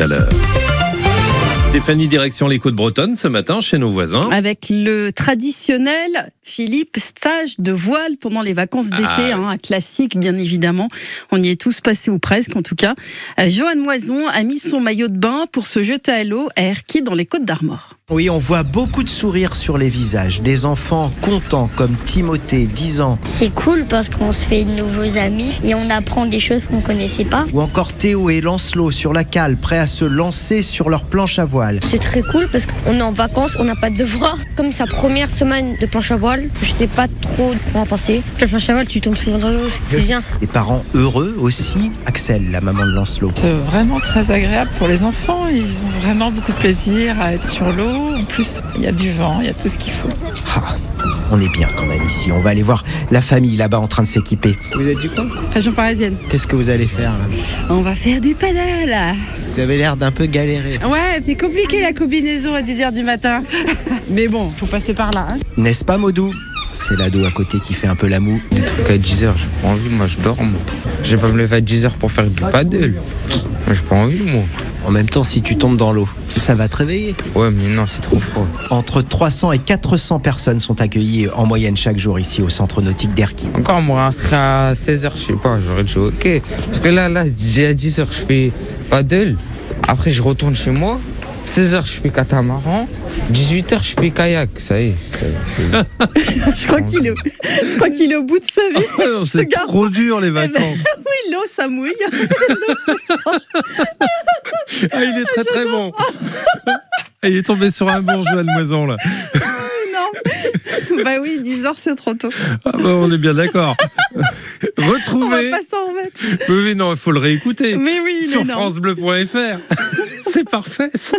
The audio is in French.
à l'heure. Stéphanie, direction les côtes bretonnes ce matin chez nos voisins. Avec le traditionnel Philippe stage de voile pendant les vacances d'été, Ah, hein, un classique bien évidemment. On y est tous passés ou presque en tout cas. Euh, Joanne Moison a mis son maillot de bain pour se jeter à l'eau à Erquy dans les Côtes d'Armor. Oui, on voit beaucoup de sourires sur les visages. Des enfants contents comme Timothée, 10 ans, C'est cool parce qu'on se fait de nouveaux amis et on apprend des choses qu'on connaissait pas. ou encore Théo et Lancelot sur la cale, prêts à se lancer sur leur planche à voile. C'est très cool parce qu'on est en vacances, on n'a pas de devoirs. Comme sa première semaine de planche à voile, je sais pas trop quoi en penser. La planche à voile, tu tombes souvent dans l'eau, c'est bien. Des parents heureux aussi, Axel, la maman de Lancelot. C'est vraiment très agréable pour les enfants. Ils ont vraiment beaucoup de plaisir à être sur l'eau. En plus, il y a du vent, il y a tout ce qu'il faut. Ah, on est bien quand même ici. On va aller voir la famille là-bas en train de s'équiper. Vous êtes du coin Région parisienne. Qu'est-ce que vous allez faire On va faire du paddle. Vous avez l'air d'un peu galéré. Ouais, c'est compliqué la combinaison à 10h du matin. Mais bon, faut passer par là. hein. N'est-ce pas, Modou C'est l'ado à côté qui fait un peu la moue. des trucs à 10 heures. J'ai pas envie, moi je dors. Moi. Je vais pas me lever à 10 heures pour faire du paddle. Moi j'ai pas envie, moi. En même temps, si tu tombes dans l'eau, ça va te réveiller. Ouais, mais non, c'est trop froid. Entre 300 et 400 personnes sont accueillies en moyenne chaque jour ici au centre nautique d'Erquy. Encore, on m'aurait inscrit à 16 heures, je sais pas. J'aurais dit ok. Parce que là, là, j'ai à 10 heures, je fais paddle. Après, je retourne chez moi. 16 heures, je fais catamaran. 18 heures, je fais kayak. Ça y est. c'est- c'est- Je crois qu'il est, je crois qu'il est au bout de sa vie. Ah, ce Ah, c'est garçon. trop dur les ben, vacances. Oui, l'eau, ça mouille. Ah, il est très très bon. Ah, il est tombé sur un bon Joanne Moison là. bah oui, 10h c'est trop tôt. Ah, bah, on est bien d'accord. On va Retrouvez. pas s'en remettre. Oui, oui, non, il faut le réécouter Mais oui, il est sur énorme. francebleu.fr. C'est parfait. ça.